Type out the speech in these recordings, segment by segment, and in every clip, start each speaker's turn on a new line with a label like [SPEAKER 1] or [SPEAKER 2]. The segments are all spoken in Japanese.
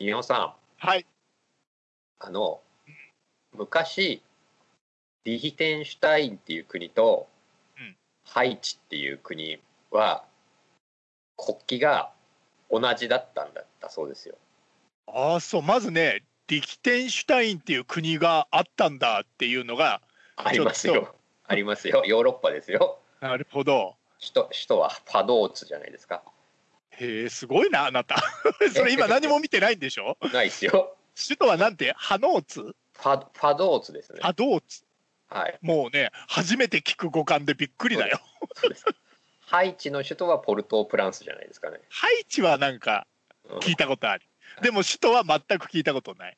[SPEAKER 1] 宮尾さ
[SPEAKER 2] はい。
[SPEAKER 1] んあの昔リヒテンシュタインっていう国と、
[SPEAKER 2] うん
[SPEAKER 1] ハイチっていう国は国旗が同じだったんだったそうですよ。
[SPEAKER 2] ああ、そう、まずね、リヒテンシュタインっていう国があったんだっていうのが、
[SPEAKER 1] あります
[SPEAKER 2] ちょっ
[SPEAKER 1] よ。あります よ。ヨーロッパですよ。
[SPEAKER 2] なるほど。
[SPEAKER 1] 首都首都はパドーツじゃないですか。
[SPEAKER 2] へえ、すごいな、あなた。 それ今何も見てないんでしょ
[SPEAKER 1] ないですよ。
[SPEAKER 2] 首都はなんて、ハノーツ
[SPEAKER 1] パパドーツですね。
[SPEAKER 2] ハドーツ
[SPEAKER 1] はい。
[SPEAKER 2] もうね、初めて聞く語感でびっくりだよ。
[SPEAKER 1] そうです。ハイチの首都はポルトープランスじゃないですかね。
[SPEAKER 2] ハイチはなんか
[SPEAKER 1] うん
[SPEAKER 2] 聞いたことある。でも首都は全く聞いたことない。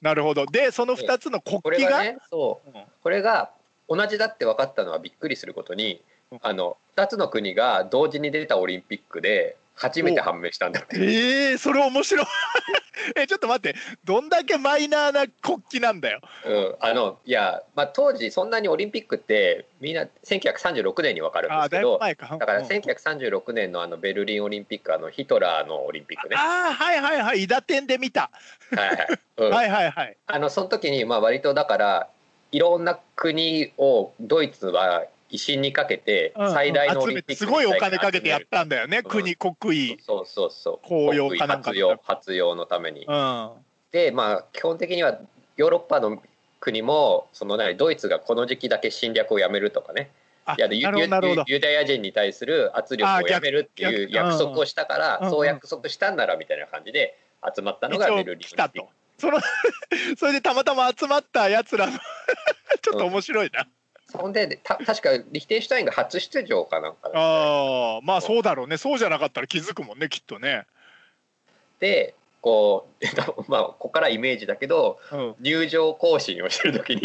[SPEAKER 2] なるほど。で、その2つの国
[SPEAKER 1] これ
[SPEAKER 2] 旗
[SPEAKER 1] が
[SPEAKER 2] が、
[SPEAKER 1] ね、そう。
[SPEAKER 2] うん
[SPEAKER 1] これが同じだって分かったのはびっくりすることに
[SPEAKER 2] うん
[SPEAKER 1] あの2つの国が同時に出たオリンピックで初めて判明したんだって
[SPEAKER 2] えー、それ面白い。 え、ちょっと待って、どんだけマイナーな国旗なんだよ。
[SPEAKER 1] うん、あのいや、まあ、当時そんなにオリンピックってみんな1936年に分かるん
[SPEAKER 2] あ
[SPEAKER 1] で
[SPEAKER 2] あ、
[SPEAKER 1] すけ
[SPEAKER 2] だいぶ
[SPEAKER 1] ど
[SPEAKER 2] 前か。
[SPEAKER 1] だから
[SPEAKER 2] うん
[SPEAKER 1] 1936年のあのベルリンオリンピックあのヒトラーのオリンピックね、は
[SPEAKER 2] ああ、はいはいはい、伊田店で見た。
[SPEAKER 1] いはいうん
[SPEAKER 2] はいはいはい。
[SPEAKER 1] あのその時にまあ割とだからいろんな国をドイツは威信にかけて
[SPEAKER 2] うんうん
[SPEAKER 1] 最大のオ
[SPEAKER 2] 集
[SPEAKER 1] リ
[SPEAKER 2] め
[SPEAKER 1] ンピ
[SPEAKER 2] て
[SPEAKER 1] ック
[SPEAKER 2] す
[SPEAKER 1] に
[SPEAKER 2] ごいお金かけてやっ
[SPEAKER 1] 集
[SPEAKER 2] たんだよね、
[SPEAKER 1] うん
[SPEAKER 2] 国、国威。
[SPEAKER 1] そうそうそう
[SPEAKER 2] 紅葉かなんか
[SPEAKER 1] 発用発用のために、
[SPEAKER 2] うん。は
[SPEAKER 1] でまあ基本的にはヨーロッパの国もその何ドイツがこの時期だけ侵略をやめるとかね
[SPEAKER 2] あ
[SPEAKER 1] いやでユ
[SPEAKER 2] なるほどなるほど
[SPEAKER 1] ユユダヤ人に対する圧力
[SPEAKER 2] あ
[SPEAKER 1] を
[SPEAKER 2] 逆
[SPEAKER 1] やめるっていう
[SPEAKER 2] 逆
[SPEAKER 1] 約束をしたから、
[SPEAKER 2] うんうん
[SPEAKER 1] そう約束したんならみたいな感じで集まったのが
[SPEAKER 2] 一応
[SPEAKER 1] ベルリン
[SPEAKER 2] 来たとそのそれでたまたま集まったやつらのちょっと面白いな。
[SPEAKER 1] そんでた確かリヒテンシュタインが初出場かなんかだったよね
[SPEAKER 2] ああまあそうだろうねそうじゃなかったら気づくもんねきっとね。
[SPEAKER 1] でこう、えっ とまあ、ここからイメージだけど
[SPEAKER 2] うん、
[SPEAKER 1] 入場行進をしてる 時に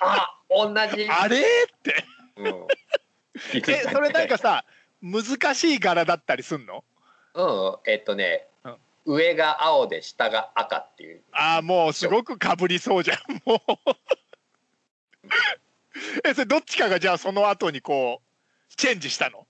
[SPEAKER 1] あ同じ
[SPEAKER 2] あれって
[SPEAKER 1] うん気づい
[SPEAKER 2] え
[SPEAKER 1] たね
[SPEAKER 2] それなんかさ難しい柄だったりすんの
[SPEAKER 1] うんえっとね、
[SPEAKER 2] うん
[SPEAKER 1] 上が青で下が赤っていう
[SPEAKER 2] ああもうすごくかぶりそうじゃんもう えそれどっちかがじゃあその後にこうチェンジしたの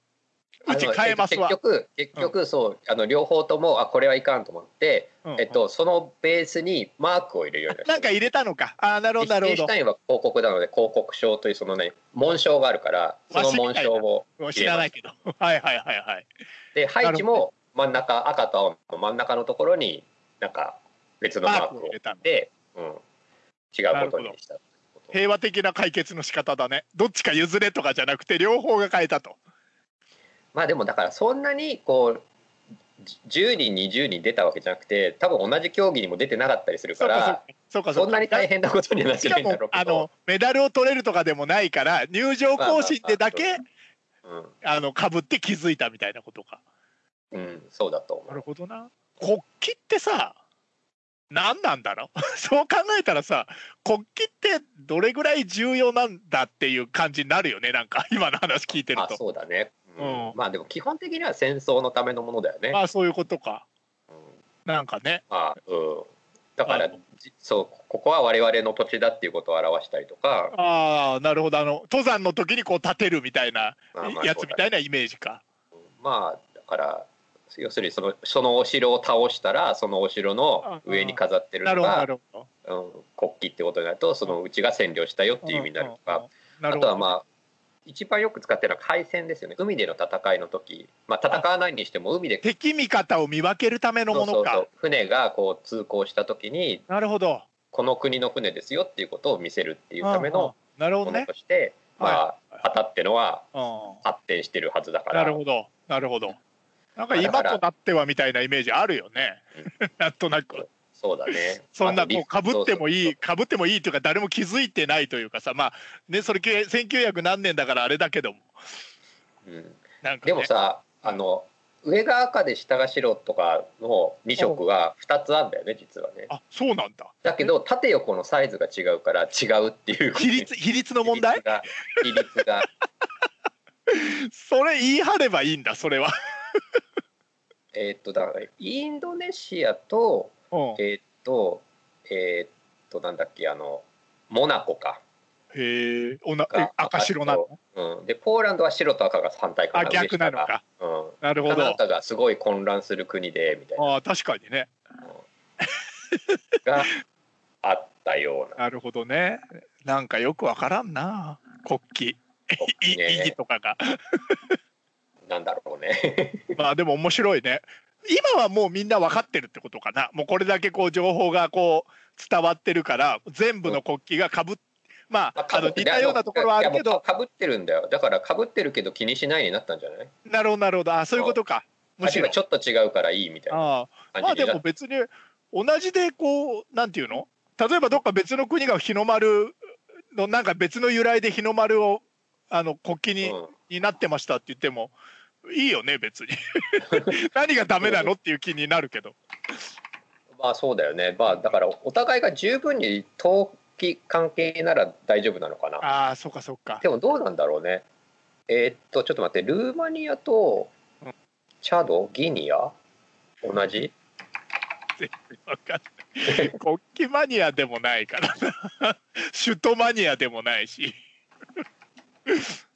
[SPEAKER 2] うち
[SPEAKER 1] あの
[SPEAKER 2] 変えますわ
[SPEAKER 1] 結、局結局そう、あの両方ともあこれはいかんと思って、
[SPEAKER 2] うん
[SPEAKER 1] えっと、そのベースにマークを入れるようになった
[SPEAKER 2] なんか入れたのかああなるほどな
[SPEAKER 1] リヒ
[SPEAKER 2] る
[SPEAKER 1] テンシュタイ
[SPEAKER 2] ほ
[SPEAKER 1] ンは広告なので広告章というそのね紋章があるからその紋章を
[SPEAKER 2] ど
[SPEAKER 1] 入
[SPEAKER 2] 知
[SPEAKER 1] れ
[SPEAKER 2] ら
[SPEAKER 1] ま
[SPEAKER 2] ない
[SPEAKER 1] す
[SPEAKER 2] けど はいはいはいはい
[SPEAKER 1] で配置も真ん中赤と青の真ん中のところになんか別のマークを入れて、うん、違うことにした
[SPEAKER 2] 平和的な解決の仕方だねどっちか譲れとかじゃなくて両方が変えたと
[SPEAKER 1] まあでもだからそんなにこうじ10人20人出たわけじゃなくて多分同じ競技にも出てなかったりする
[SPEAKER 2] そ
[SPEAKER 1] か
[SPEAKER 2] うからそうか
[SPEAKER 1] そ
[SPEAKER 2] そうかそうんか
[SPEAKER 1] なに大変なことにはなっ
[SPEAKER 2] してか
[SPEAKER 1] ないんだ
[SPEAKER 2] も
[SPEAKER 1] ろう
[SPEAKER 2] あ
[SPEAKER 1] け
[SPEAKER 2] の
[SPEAKER 1] ど、
[SPEAKER 2] メダルを取れるとかでもないから入場行進でだけ
[SPEAKER 1] うん
[SPEAKER 2] あの被って気づいたみたいなことか
[SPEAKER 1] うん、そうだと思
[SPEAKER 2] な
[SPEAKER 1] う
[SPEAKER 2] るほどな。国旗ってさ、何なんだろ うそう考えたらさ、国旗ってどれぐらい重要なんだっていう感じになるよね、なんか、今の話聞いてる
[SPEAKER 1] あ
[SPEAKER 2] と。
[SPEAKER 1] そうだね、うん
[SPEAKER 2] うん
[SPEAKER 1] まあでも基本的には戦争のためのものだよね、
[SPEAKER 2] あそういうことか。
[SPEAKER 1] うん
[SPEAKER 2] なんかね。
[SPEAKER 1] まあうん、だから
[SPEAKER 2] あ
[SPEAKER 1] じそうここは我々の土地だっていうことを表したりとか、
[SPEAKER 2] ああ、なるほど。あの、登山の時にこう立てるみたいな
[SPEAKER 1] まあまあ
[SPEAKER 2] や
[SPEAKER 1] そ
[SPEAKER 2] つ
[SPEAKER 1] う
[SPEAKER 2] み
[SPEAKER 1] だね
[SPEAKER 2] たいなイメージか。
[SPEAKER 1] まあだから要するにそのそのお城を倒したらそのお城の上に飾ってる
[SPEAKER 2] な
[SPEAKER 1] の
[SPEAKER 2] るほど、な
[SPEAKER 1] が、
[SPEAKER 2] るほど。
[SPEAKER 1] うん、国旗ってことになるとそのうちが占領したよっていう意味になると
[SPEAKER 2] うんうん
[SPEAKER 1] か
[SPEAKER 2] うん。な
[SPEAKER 1] あ
[SPEAKER 2] るほ
[SPEAKER 1] とは
[SPEAKER 2] ど。
[SPEAKER 1] まあ一番よく使ってるのは海戦ですよね海での戦いの時、まあ、戦わないにしても海で
[SPEAKER 2] 敵味方を見分けるための
[SPEAKER 1] そ
[SPEAKER 2] も
[SPEAKER 1] う
[SPEAKER 2] の
[SPEAKER 1] そうそ
[SPEAKER 2] か
[SPEAKER 1] う。船がこう通行した時に
[SPEAKER 2] なるほど。
[SPEAKER 1] この国の船ですよっていうことを見せるっていうため
[SPEAKER 2] うんうん
[SPEAKER 1] の
[SPEAKER 2] なる
[SPEAKER 1] も
[SPEAKER 2] ほど
[SPEAKER 1] の
[SPEAKER 2] ね。
[SPEAKER 1] として、まあ
[SPEAKER 2] はい
[SPEAKER 1] 旗ってのは
[SPEAKER 2] うん。
[SPEAKER 1] 発展してるはずだか
[SPEAKER 2] な
[SPEAKER 1] ら
[SPEAKER 2] るほど、なるほど。なん
[SPEAKER 1] ま
[SPEAKER 2] か
[SPEAKER 1] あだ
[SPEAKER 2] 今
[SPEAKER 1] から
[SPEAKER 2] となってはみたいなイメージあるよね。 なんとなく。
[SPEAKER 1] そうだね
[SPEAKER 2] そんな
[SPEAKER 1] あと
[SPEAKER 2] こうかぶってもい
[SPEAKER 1] そうそうそう
[SPEAKER 2] い、かぶってもいいというか、誰も気づいてないというかさ、まあ、ね、それけ1900何年だからあれだけども、
[SPEAKER 1] うん
[SPEAKER 2] なんか、ね、
[SPEAKER 1] でもさあの上が赤で下が白とかの2色が2つあんだよね実はね
[SPEAKER 2] あそうなんだ、
[SPEAKER 1] だけど縦横のサイズが違うから違うっていう
[SPEAKER 2] 比率比率の問題、
[SPEAKER 1] 比率が比率 が
[SPEAKER 2] それ言い張ればいいんだ、それは。
[SPEAKER 1] えーっとだからインドネシアと
[SPEAKER 2] うん
[SPEAKER 1] えーっとえーっとなんだっけあのモナコか、
[SPEAKER 2] へえ、おな
[SPEAKER 1] が
[SPEAKER 2] 赤白なの
[SPEAKER 1] うん、でポーランドは白と赤が反対か
[SPEAKER 2] あ、
[SPEAKER 1] な
[SPEAKER 2] 逆なのか。
[SPEAKER 1] 上下が
[SPEAKER 2] なる
[SPEAKER 1] うん
[SPEAKER 2] ほ
[SPEAKER 1] な
[SPEAKER 2] ど。
[SPEAKER 1] んかがすごい混乱する国でみたいな
[SPEAKER 2] あ確かにね。
[SPEAKER 1] があったような。
[SPEAKER 2] なるほどね。なんかよくわからんな。国旗。 い意義とかが。
[SPEAKER 1] なんだろうね。
[SPEAKER 2] まあでも面白いね。今はもうみんな分かってるってことかな。もうこれだけこう情報がこう伝わってるから全部の国旗がかぶっまあ、あの似たようなところはあるけど
[SPEAKER 1] かぶってるんだよだからかぶってるけど気にしないになったんじゃない
[SPEAKER 2] なるほどなるほどあそういうことか
[SPEAKER 1] むしろちょっと違うからいいみたいな
[SPEAKER 2] まあでも別に同じでこうなんていうの例えばどっか別の国が日の丸のなんか別の由来で日の丸をあの国旗に,うん、になってましたって言ってもいいよね 別に何がダメなのっていう気になる けど
[SPEAKER 1] まあそうだよねまあだからお互いが十分に遠き関係なら大丈夫なのかな
[SPEAKER 2] あそっかそっか
[SPEAKER 1] でもどうなんだろうねえー、っとちょっと待ってルーマニアとチャドギニア同じ
[SPEAKER 2] 全然わかんない国旗マニアでもないからな首都マニアでもないし
[SPEAKER 1] ルー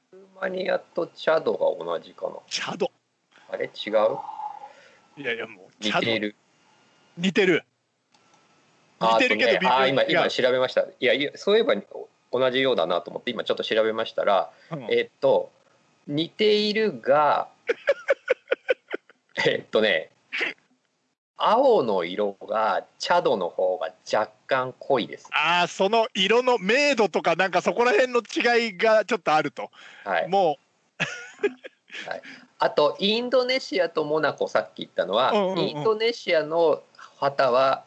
[SPEAKER 1] マニアとチャドが同じかな
[SPEAKER 2] チャド
[SPEAKER 1] あれ違
[SPEAKER 2] ういやいやもう似
[SPEAKER 1] てる
[SPEAKER 2] 似てる似てるけど、ね、
[SPEAKER 1] あ今今調べましたいやいやそういえば同じようだなと思って今ちょっと調べましたら、うん、えー、っと似ているが えっとね青の色がチャドの方が若干濃いです
[SPEAKER 2] ああその色の明度とかなんかそこら辺の違いがちょっとあると、はい、も
[SPEAKER 1] う、はい、あとインドネシアとモナコさっき言ったのは、うんうんうん、インドネシアの旗は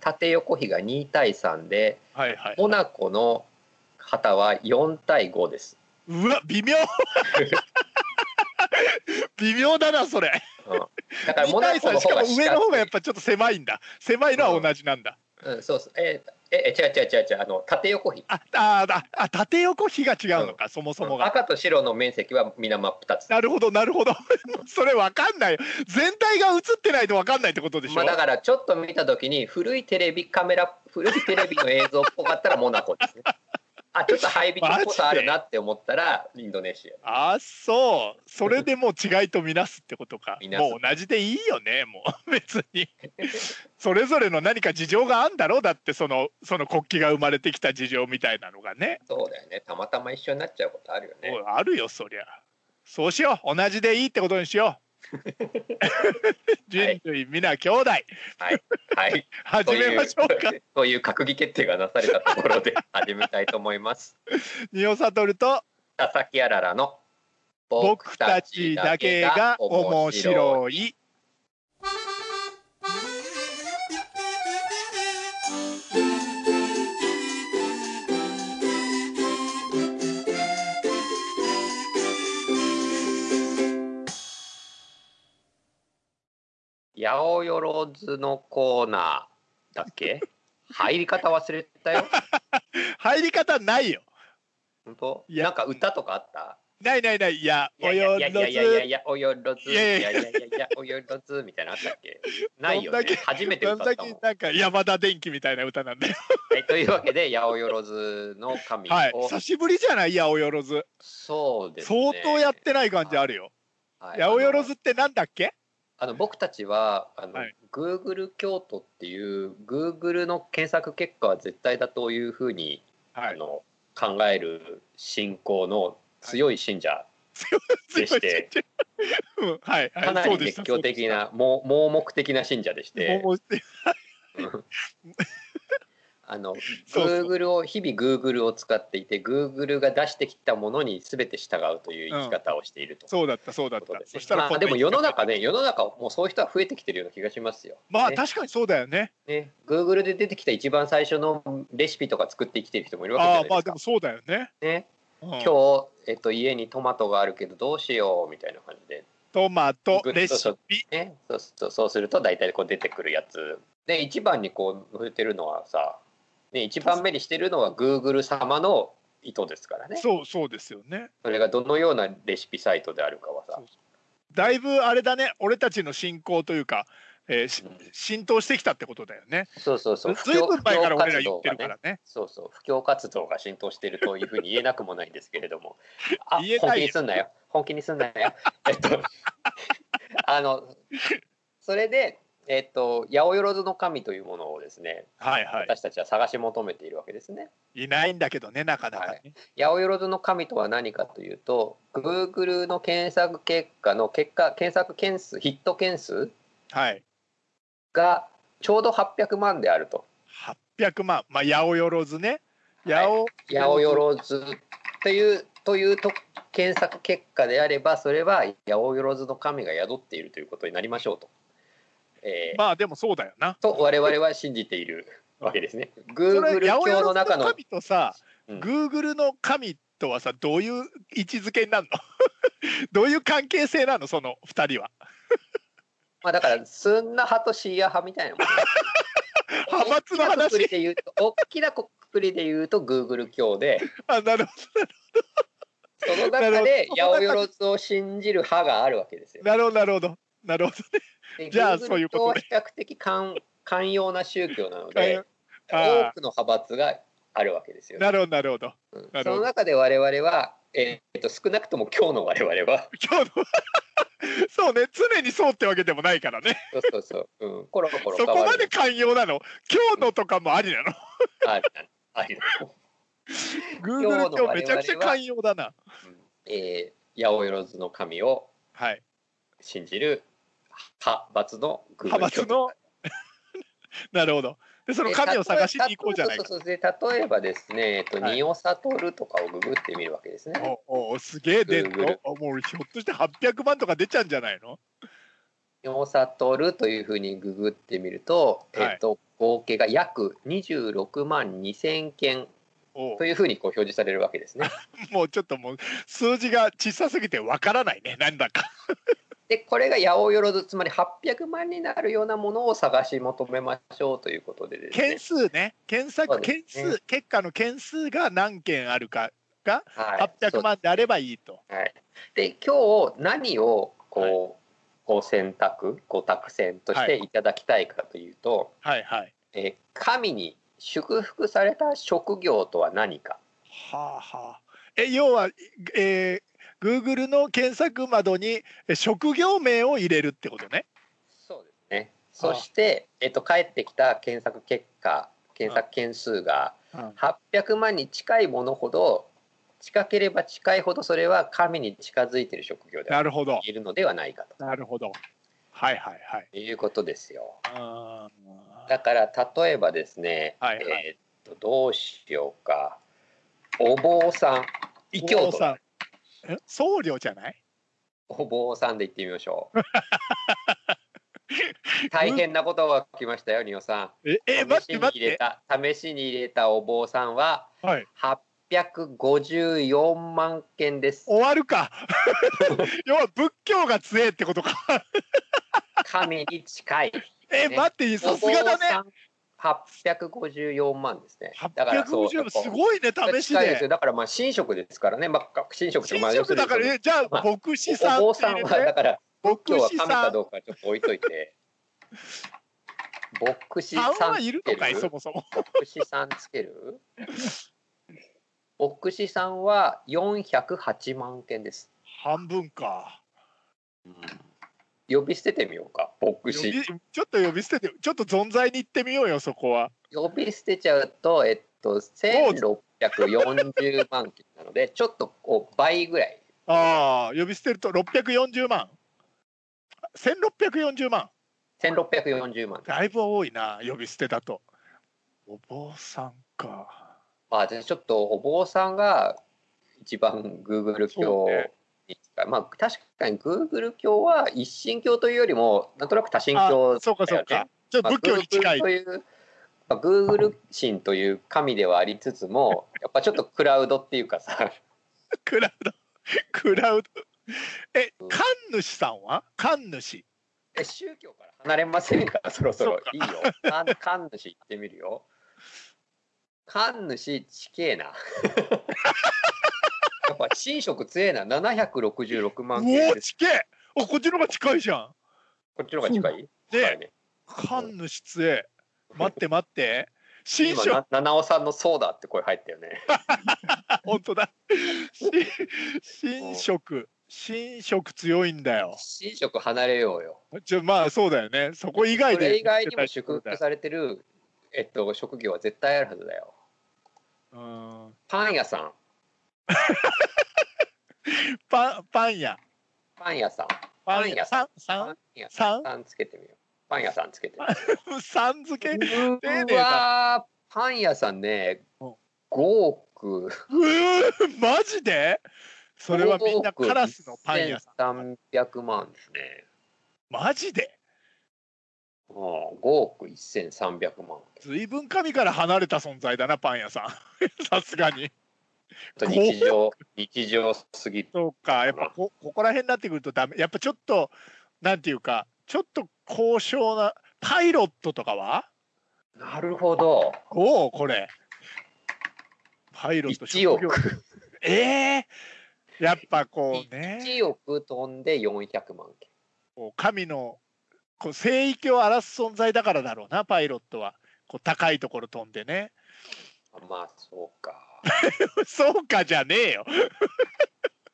[SPEAKER 1] 縦横比が2対3で、
[SPEAKER 2] はいはいはい、
[SPEAKER 1] モナコの旗は4対5です。
[SPEAKER 2] うわ微妙 微妙だなそれ、
[SPEAKER 1] うん、だからモナコの
[SPEAKER 2] しかも上の方がやっぱちょっと狭いんだ狭いのは同じなんだ、
[SPEAKER 1] うん、うん、そうそうえー、え違う違う違う違うあの縦横比
[SPEAKER 2] あああ縦横比が違うのか、うん、そもそもが、
[SPEAKER 1] 赤と白の面積は皆真っ二つ
[SPEAKER 2] なるほどなるほど それ分かんない全体が映ってないと分かんないってことでしょ、まあ、
[SPEAKER 1] だからちょっと見た時に古いテレビカメラ古いテレビの映像っぽかったらモナコですねあちょっとハイビッっぽさあるなって思ったらインドネシ
[SPEAKER 2] アあそうそれでもう違いとみなすってことかもう同じでいいよねもう 別にそれぞれの何か事情があんだろうだってそのその国旗が生まれてきた事情みたいなのがね
[SPEAKER 1] そうだよねたまたま一緒になっちゃうことあるよね
[SPEAKER 2] あるよそりゃそうしよう同じでいいってことにしよう 人類皆兄弟、はい。
[SPEAKER 1] はい。はい。
[SPEAKER 2] 始めましょうか。
[SPEAKER 1] という 閣議決定がなされたところで始めたいと思います。
[SPEAKER 2] 仁尾悟と
[SPEAKER 1] 佐々木あららの
[SPEAKER 2] 僕たちだけが面白い。
[SPEAKER 1] 八百万のコーナーだっ け入り方忘れたよ
[SPEAKER 2] 入り方ないよ
[SPEAKER 1] 本当なんか歌とかあった
[SPEAKER 2] ないないないいや
[SPEAKER 1] およろずいやいやいやおよろずいやいやいやおよろずみたいなあったっけないよね初めて歌ったもん
[SPEAKER 2] なんか山田電機みたいな歌なんだよ
[SPEAKER 1] はい、というわけで八百万の神
[SPEAKER 2] を、はい、久しぶりじゃない八百万
[SPEAKER 1] そうです、
[SPEAKER 2] ね、相当やってない感じあるよ、はい、八百万ってなんだっけ
[SPEAKER 1] あの僕たちはあの、はい、Google 京都っていう Google の検索結果は絶対だというふうに、はい、あの考える信仰の強い信者でして、
[SPEAKER 2] はい、
[SPEAKER 1] かなり熱狂的な盲目的な信者でして。 あの Google を日々 Google を使っていて Google が出してきたものに全て従うという生き方をしていると、
[SPEAKER 2] うん、そうだったそうだった、ね、
[SPEAKER 1] そしたら、まあ、でも世の中ね世の中もうそういう人は増えてきてるような気がしますよ
[SPEAKER 2] まあ、
[SPEAKER 1] ね、
[SPEAKER 2] 確かにそうだよね
[SPEAKER 1] ね Google で出てきた一番最初のレシピとか作って生きてる人もいるわけじゃないですかあまあでも
[SPEAKER 2] そうだよね
[SPEAKER 1] ね、うん、今日、えっと、家にトマトがあるけどどうしようみたいな感じで
[SPEAKER 2] トマトレシピ、
[SPEAKER 1] ね、そうそうそうすると大体こう出てくるやつで一番にこう載せてるのはさね、一番目にしてるのはグーグル様の意図ですからね。
[SPEAKER 2] そうそうですよね。
[SPEAKER 1] それがどのようなレシピサイトであるかはさ。そうそう
[SPEAKER 2] だいぶあれだね、俺たちの信仰というか、えー、うん、浸透してきたってことだよね。
[SPEAKER 1] そうそうそう。
[SPEAKER 2] ずいぶん前から俺ら言ってるからね。ね
[SPEAKER 1] そうそう、布教活動が浸透してるというふうに言えなくもないんですけれども。あ、言え本気にすんな よ。本気にすんなよ。えっと、あの、それでえっと八百万の神というものをですね、
[SPEAKER 2] はいは
[SPEAKER 1] 私たちは探し求めているわけですね。
[SPEAKER 2] い。いないんだけどね、なかなかね。
[SPEAKER 1] 八百万の神とは何かというと Google の検索結果の結果検索件数ヒット件数
[SPEAKER 2] はい。
[SPEAKER 1] がちょうど800万であると。
[SPEAKER 2] 800万。まあ、八百万ね。八
[SPEAKER 1] はい
[SPEAKER 2] 百
[SPEAKER 1] 八百万っていうというと検索結果であればそれは八百万の神が宿っているということになりましょうと。えー
[SPEAKER 2] まあ、でもそうだよな。
[SPEAKER 1] と我々は信じているわけですね。
[SPEAKER 2] そ
[SPEAKER 1] Google
[SPEAKER 2] れ、八
[SPEAKER 1] 教
[SPEAKER 2] 百
[SPEAKER 1] の中
[SPEAKER 2] 万の
[SPEAKER 1] の
[SPEAKER 2] 神とさ、
[SPEAKER 1] うん
[SPEAKER 2] Google の神とはさ、どういう位置づけになるの どういう関係性なの、その二人は。
[SPEAKER 1] まあだからスンナ派とシーア派みたい なもんね。
[SPEAKER 2] 派閥の
[SPEAKER 1] 大きなくくり
[SPEAKER 2] 話。
[SPEAKER 1] で言うと大きなくくりで言うと Google 教で
[SPEAKER 2] あ、なるほ
[SPEAKER 1] その
[SPEAKER 2] なる
[SPEAKER 1] 中
[SPEAKER 2] ほ
[SPEAKER 1] で
[SPEAKER 2] ど
[SPEAKER 1] 八百万を信じる派があるわけですよ
[SPEAKER 2] ど。。なるほど、なるほど。なるほど
[SPEAKER 1] で
[SPEAKER 2] じゃあ
[SPEAKER 1] Google
[SPEAKER 2] そういうことで
[SPEAKER 1] 教は比較的寛 寛容な宗教なの
[SPEAKER 2] 寛
[SPEAKER 1] で
[SPEAKER 2] 容あー
[SPEAKER 1] 多くの派閥があるわけですよ、
[SPEAKER 2] なるほど、なるほど。
[SPEAKER 1] うん
[SPEAKER 2] なるほど
[SPEAKER 1] その中で我々は、えーっと少なくとも今日の我々 は
[SPEAKER 2] 今日のそうね、常にそうってわけでもないからね。
[SPEAKER 1] そうそうそう、うん、コロコロ変
[SPEAKER 2] そこ
[SPEAKER 1] わ
[SPEAKER 2] ま
[SPEAKER 1] る
[SPEAKER 2] で寛容なの。今日のとかもありなの。
[SPEAKER 1] ありなのありなの
[SPEAKER 2] Google
[SPEAKER 1] 今日の我々
[SPEAKER 2] 今
[SPEAKER 1] は
[SPEAKER 2] 日めちゃくちゃ寛容だな。
[SPEAKER 1] えー、八百万の神を
[SPEAKER 2] はい。
[SPEAKER 1] 信じる派閥のグー
[SPEAKER 2] 派
[SPEAKER 1] グル
[SPEAKER 2] 閥の。 なるほど。で、その神を探しに行こうじゃないか。
[SPEAKER 1] そうそうそうで例えばですね、えっと、
[SPEAKER 2] はい
[SPEAKER 1] ニオサトルとかをググってみるわけですね。
[SPEAKER 2] おおすげえ出んの
[SPEAKER 1] Google
[SPEAKER 2] あもう俺ひょっとして800万とか出ちゃうんじゃないの
[SPEAKER 1] ニオサトルというふうにググってみると、
[SPEAKER 2] はい
[SPEAKER 1] えっと、合計が約26万2000件
[SPEAKER 2] おう
[SPEAKER 1] というふうにこう表示されるわけです ね。
[SPEAKER 2] もうちょっともう数字が小さすぎてわからないねなんだか
[SPEAKER 1] で、これが八百万、つまり800万になるようなものを探し求めましょうということでですね
[SPEAKER 2] 件。数ね検
[SPEAKER 1] そう
[SPEAKER 2] 索件
[SPEAKER 1] ですね
[SPEAKER 2] 数結果の件数が何件あるか
[SPEAKER 1] はい
[SPEAKER 2] 800万であればいいと
[SPEAKER 1] はい、で今日何をこう、ご選択ご託選としていただきたいかというと、
[SPEAKER 2] はいはい
[SPEAKER 1] えー神に祝福された職業とは何か
[SPEAKER 2] はあはあえ要はえー Google の検索窓にえ職業名を入れるってことね
[SPEAKER 1] そうですねそして、えっと返ってきた検索結果検索件数が
[SPEAKER 2] うん
[SPEAKER 1] 800万に近いものほど近ければ近いほどそれは神に近づいている職業で
[SPEAKER 2] な
[SPEAKER 1] あ
[SPEAKER 2] るほど
[SPEAKER 1] いるのではないか
[SPEAKER 2] なるほどはいはいはい
[SPEAKER 1] ということですよ。
[SPEAKER 2] あ
[SPEAKER 1] だから例えばですね、
[SPEAKER 2] はいはい
[SPEAKER 1] えーっとどうしようかお坊さん異教徒
[SPEAKER 2] さんえ僧侶じゃない
[SPEAKER 1] お坊さんで言ってみまし ょう大変なことが起きましたよニオさ
[SPEAKER 2] え
[SPEAKER 1] ん
[SPEAKER 2] え待って待っ
[SPEAKER 1] 入れ
[SPEAKER 2] て
[SPEAKER 1] た試しに入れたお坊さんは
[SPEAKER 2] はい
[SPEAKER 1] 854万件です
[SPEAKER 2] 終わるか 要は仏教が強えってことか
[SPEAKER 1] 神に近い
[SPEAKER 2] え
[SPEAKER 1] ね
[SPEAKER 2] 待って さすがだ
[SPEAKER 1] お
[SPEAKER 2] ね
[SPEAKER 1] 坊さん854万ですねだからそう
[SPEAKER 2] 850すごいね試し
[SPEAKER 1] 近いです
[SPEAKER 2] で
[SPEAKER 1] よだからまあ神職ですからね、まあ、神職って
[SPEAKER 2] 新
[SPEAKER 1] まあ要す
[SPEAKER 2] 職
[SPEAKER 1] るに
[SPEAKER 2] だからねじゃあ
[SPEAKER 1] まあ
[SPEAKER 2] 牧師
[SPEAKER 1] お
[SPEAKER 2] さん
[SPEAKER 1] 坊
[SPEAKER 2] って
[SPEAKER 1] さん
[SPEAKER 2] 入れ
[SPEAKER 1] は
[SPEAKER 2] て
[SPEAKER 1] だから
[SPEAKER 2] 牧
[SPEAKER 1] 今日
[SPEAKER 2] 師
[SPEAKER 1] は神
[SPEAKER 2] さ
[SPEAKER 1] か
[SPEAKER 2] ん
[SPEAKER 1] どうかちょっと置いとい て牧師
[SPEAKER 2] さん
[SPEAKER 1] さん
[SPEAKER 2] はいるのかい
[SPEAKER 1] つけ
[SPEAKER 2] そ
[SPEAKER 1] る
[SPEAKER 2] もそも
[SPEAKER 1] 牧師さんつける牧師さんは408万件です、
[SPEAKER 2] 半分か
[SPEAKER 1] 呼び捨ててみようか牧
[SPEAKER 2] 呼び
[SPEAKER 1] 師
[SPEAKER 2] ちょっと呼び捨ててちょっと存在に行ってみようよそこは
[SPEAKER 1] 呼び捨てちゃうとえっと1640万件なのでちょっとこう倍ぐらい
[SPEAKER 2] ああ呼び捨てると640万1640万
[SPEAKER 1] 1640万
[SPEAKER 2] だいぶ多いな呼び捨てだとお坊さんか
[SPEAKER 1] まあ、じゃあちょっとお坊さんが一番 Google
[SPEAKER 2] そう
[SPEAKER 1] 教
[SPEAKER 2] ね
[SPEAKER 1] に近い、まあ確かに Google 教は一神教というよりもなんとなく多神
[SPEAKER 2] あ
[SPEAKER 1] 教
[SPEAKER 2] そうか
[SPEAKER 1] だ
[SPEAKER 2] そ
[SPEAKER 1] よ
[SPEAKER 2] う
[SPEAKER 1] ね
[SPEAKER 2] かちょっと
[SPEAKER 1] まあ
[SPEAKER 2] 仏教に近い
[SPEAKER 1] Google という、まあ、Google 神という神ではありつつ もやっぱちょっとクラウドっていうかさ
[SPEAKER 2] クラウドクラウドえ
[SPEAKER 1] うん
[SPEAKER 2] 神主さんは神主
[SPEAKER 1] え宗教から離れませんから そろそ
[SPEAKER 2] そ
[SPEAKER 1] ろ
[SPEAKER 2] うか
[SPEAKER 1] いいよ神神主行ってみるよ神主ちけえ なやっぱ神職強えな766
[SPEAKER 2] うお
[SPEAKER 1] 万件
[SPEAKER 2] ー
[SPEAKER 1] です
[SPEAKER 2] 近えおこっちの方が近いじゃ
[SPEAKER 1] こっちの方が近い
[SPEAKER 2] ん
[SPEAKER 1] 近い
[SPEAKER 2] で
[SPEAKER 1] ね
[SPEAKER 2] 神主強 え待って待って新
[SPEAKER 1] 今
[SPEAKER 2] 書
[SPEAKER 1] な七尾さんの「そうだ」って声入ったよね。
[SPEAKER 2] 本当だ。し神職新色強いんだよ。
[SPEAKER 1] 新色離れようよ。
[SPEAKER 2] ちょまあそうだよね。そこ以外
[SPEAKER 1] そ
[SPEAKER 2] で。
[SPEAKER 1] れ以外にも祝福されてる、えっと、職業は絶対あるはずだよ。
[SPEAKER 2] うん
[SPEAKER 1] パン屋さん、
[SPEAKER 2] パンパン屋。
[SPEAKER 1] パン屋さん、
[SPEAKER 2] パ
[SPEAKER 1] パ
[SPEAKER 2] ン
[SPEAKER 1] ン
[SPEAKER 2] 屋
[SPEAKER 1] 屋
[SPEAKER 2] さん。
[SPEAKER 1] パ
[SPEAKER 2] さん
[SPEAKER 1] ン屋さ
[SPEAKER 2] さん
[SPEAKER 1] んさんつけてみよう。パン屋さんつけてみよ
[SPEAKER 2] さん付け。
[SPEAKER 1] う。
[SPEAKER 2] 丁寧
[SPEAKER 1] うわー、パン屋さんね、
[SPEAKER 2] うん
[SPEAKER 1] 5億、
[SPEAKER 2] うーマジでそれはみんなカラスのパン屋さん。
[SPEAKER 1] ん。300万ですね。
[SPEAKER 2] マジで
[SPEAKER 1] うん、5億1300万。
[SPEAKER 2] 随分神から離れた存在だなパン屋さん さすがに
[SPEAKER 1] ちょっと日常、日常すぎる。
[SPEAKER 2] そうかやっぱこここら辺になってくるとダメやっぱちょっとなんていうかちょっと高尚なパイロットとかは
[SPEAKER 1] なるほど。
[SPEAKER 2] おおこれパイロット
[SPEAKER 1] 1億。
[SPEAKER 2] ええやっぱこうね
[SPEAKER 1] 1億飛んで400万件。
[SPEAKER 2] こう神のこう聖域を荒らす存在だからだろうなパイロットはこう高いところ飛んでね
[SPEAKER 1] あまあそうか。
[SPEAKER 2] そうかじゃねえよ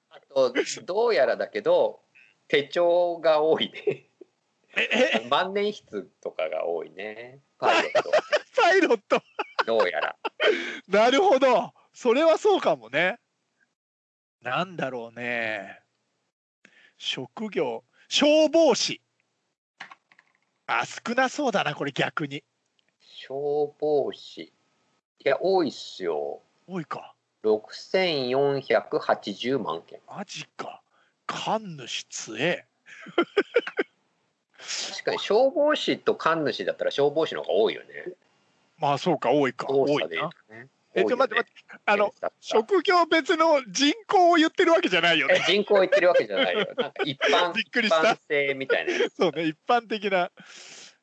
[SPEAKER 1] あとどうやらだけど手帳が多いね。
[SPEAKER 2] ええ
[SPEAKER 1] 万年筆とかが多いね。パイロッ
[SPEAKER 2] パイロット
[SPEAKER 1] ト。どうやら。
[SPEAKER 2] なるほどそれはそうかもね。なんだろうね。職業消防士。あ少なそうだなこれ逆に。
[SPEAKER 1] 消防士。いや多いっすよ。
[SPEAKER 2] 多いか。
[SPEAKER 1] 6480万件。
[SPEAKER 2] マジか。神主強え。
[SPEAKER 1] 確かに消防士と神主だったら消防士の方が多いよね。
[SPEAKER 2] まあそうか多いか。多
[SPEAKER 1] 多
[SPEAKER 2] い
[SPEAKER 1] さで言う
[SPEAKER 2] な。
[SPEAKER 1] とね。
[SPEAKER 2] えちょ待って待って。あの
[SPEAKER 1] 検索が
[SPEAKER 2] 職業別の人口を言ってるわけじゃないよ
[SPEAKER 1] え
[SPEAKER 2] ね。
[SPEAKER 1] 人口言ってるわけじゃないよ。なんか一般
[SPEAKER 2] びっくり
[SPEAKER 1] 一
[SPEAKER 2] した
[SPEAKER 1] 般。性みたいなやつ。
[SPEAKER 2] そうね一般的な。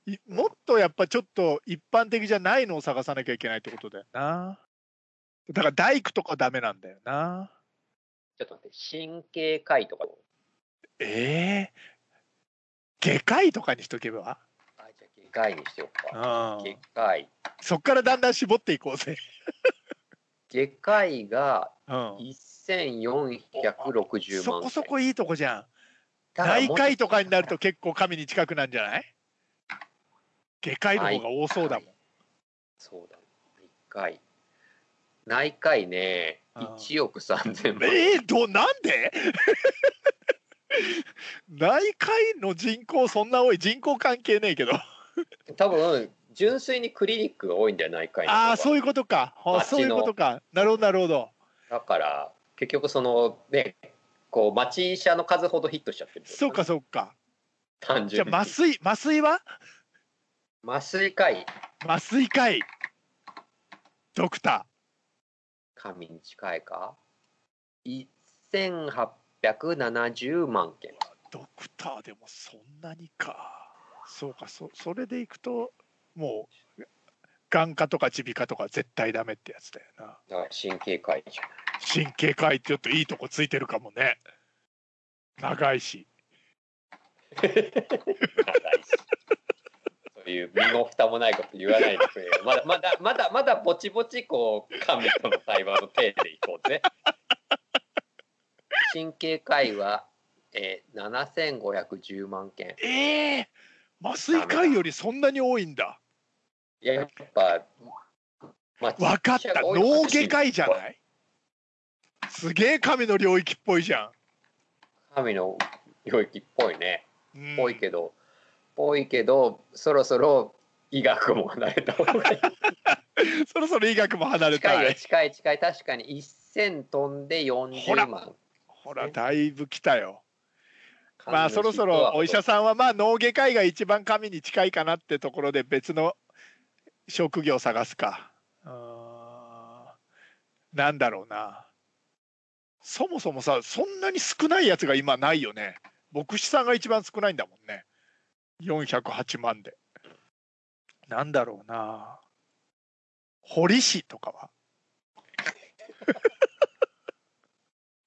[SPEAKER 2] いもっとやっぱちょっと一般的じゃないのを探さなきゃいけないってことだよな。だから大工とかダメなんだよな。
[SPEAKER 1] ちょっと待って、神経科医とか。
[SPEAKER 2] ええ外科医とかにしとけば
[SPEAKER 1] あ、じゃあ、外科医にしようか。
[SPEAKER 2] うん
[SPEAKER 1] 外。科医。
[SPEAKER 2] そっからだんだん絞っていこうぜ。
[SPEAKER 1] 外科医が
[SPEAKER 2] うん。
[SPEAKER 1] 1460
[SPEAKER 2] そ
[SPEAKER 1] 万
[SPEAKER 2] こそこいいとこじゃん。
[SPEAKER 1] だから
[SPEAKER 2] 内
[SPEAKER 1] もう
[SPEAKER 2] 科医とかになると結構神に近くなんじゃない外科医の方が多そうだもん。
[SPEAKER 1] そうだ、外科医。内科医ね、
[SPEAKER 2] うん
[SPEAKER 1] 1億3000万。
[SPEAKER 2] えー、どなんで内科医の人口そんな多い人口関係ねえけど
[SPEAKER 1] 多分、純粋にクリニックが多いんだよ、内科医の方が。
[SPEAKER 2] ああそういうことかあ
[SPEAKER 1] 町
[SPEAKER 2] そ
[SPEAKER 1] の
[SPEAKER 2] ういうことかなるほどなるほど
[SPEAKER 1] だから、結局、その、ね、こう、町医者の数ほどヒットしちゃってる。
[SPEAKER 2] そうか、そうか
[SPEAKER 1] 単
[SPEAKER 2] じゃ
[SPEAKER 1] 純に。
[SPEAKER 2] あ麻酔麻酔は
[SPEAKER 1] 麻酔科医、
[SPEAKER 2] 麻酔科医ドクタ
[SPEAKER 1] 神に近いか。1870万件。
[SPEAKER 2] ードクターでもそんなにかそうかそそれでいくともう眼科とか耳鼻科とか絶対ダメってやつだよな
[SPEAKER 1] だから神経科医じゃない。
[SPEAKER 2] 神経科医ってちょっといいとこついてるかもね長いし
[SPEAKER 1] そういう身も蓋もないこと言わないでくれよ。まだまだまだまだぼちぼちこう神との対話の手でいこうぜ。神経科医は、えー、7510万件。
[SPEAKER 2] ええ麻酔科医よりそんなに多いんだ
[SPEAKER 1] いややっぱ、まあ
[SPEAKER 2] 分かった脳外科医じゃないいすげえ神の領域っぽいじゃ
[SPEAKER 1] 神の領域っぽいね。
[SPEAKER 2] ん、うん、
[SPEAKER 1] ぽいけど、ぽいけど、そろそろ医学も慣れた方がいい。
[SPEAKER 2] そろそろ医学も離れ
[SPEAKER 1] 近
[SPEAKER 2] た
[SPEAKER 1] いよ
[SPEAKER 2] い
[SPEAKER 1] 近い近い確かに1000飛んで
[SPEAKER 2] ほら
[SPEAKER 1] 40万
[SPEAKER 2] ほらだいぶ来たよまあそろそろお医者さんはまあ脳外科医が一番神に近いかなってところで別の職業を探すかうーんなんだろうなそもそもさそんなに少ないやつが今ないよね牧師さんが一番少ないんだもんね408万でなんだろうな堀氏とかは